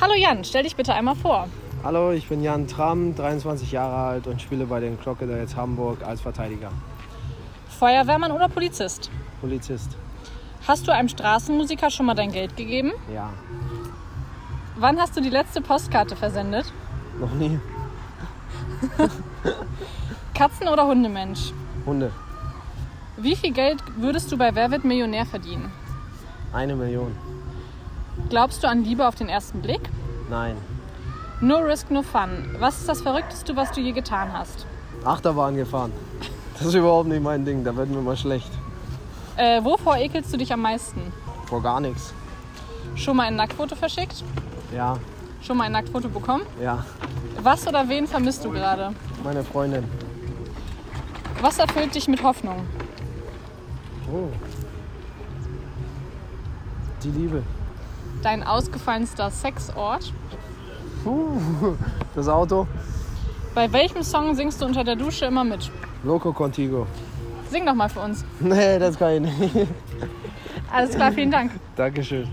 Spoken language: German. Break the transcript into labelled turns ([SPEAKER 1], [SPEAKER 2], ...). [SPEAKER 1] Hallo Jan, stell dich bitte einmal vor.
[SPEAKER 2] Hallo, ich bin Jan Tramm, 23 Jahre alt und spiele bei den Crocodiles Hamburg als Verteidiger.
[SPEAKER 1] Feuerwehrmann oder Polizist?
[SPEAKER 2] Polizist.
[SPEAKER 1] Hast du einem Straßenmusiker schon mal dein Geld gegeben?
[SPEAKER 2] Ja,
[SPEAKER 1] Wann hast du die letzte Postkarte versendet?
[SPEAKER 2] noch nie.
[SPEAKER 1] Katzen- oder Hundemensch?
[SPEAKER 2] Hunde.
[SPEAKER 1] Wie viel Geld würdest du bei Wer wird Millionär verdienen?
[SPEAKER 2] Eine Million.
[SPEAKER 1] Glaubst du an Liebe auf den ersten Blick?
[SPEAKER 2] Nein.
[SPEAKER 1] No risk, no fun. Was ist das Verrückteste, was du je getan hast?
[SPEAKER 2] Achterbahn gefahren. Das ist überhaupt nicht mein Ding, da wird mir mal schlecht.
[SPEAKER 1] Äh, wovor ekelst du dich am meisten?
[SPEAKER 2] Vor gar nichts.
[SPEAKER 1] Schon mal ein Nacktfoto verschickt?
[SPEAKER 2] Ja,
[SPEAKER 1] Schon mal ein Nacktfoto bekommen?
[SPEAKER 2] ja.
[SPEAKER 1] Was oder wen vermisst du gerade?
[SPEAKER 2] Meine Freundin.
[SPEAKER 1] Was erfüllt dich mit Hoffnung?
[SPEAKER 2] Oh. Die Liebe.
[SPEAKER 1] Dein ausgefallenster Sexort?
[SPEAKER 2] Puh. Das Auto.
[SPEAKER 1] Bei welchem Song singst du unter der Dusche immer mit?
[SPEAKER 2] Loco Contigo.
[SPEAKER 1] Sing doch mal für uns.
[SPEAKER 2] Nee, das kann ich nicht.
[SPEAKER 1] Alles klar, vielen Dank.
[SPEAKER 2] Dankeschön.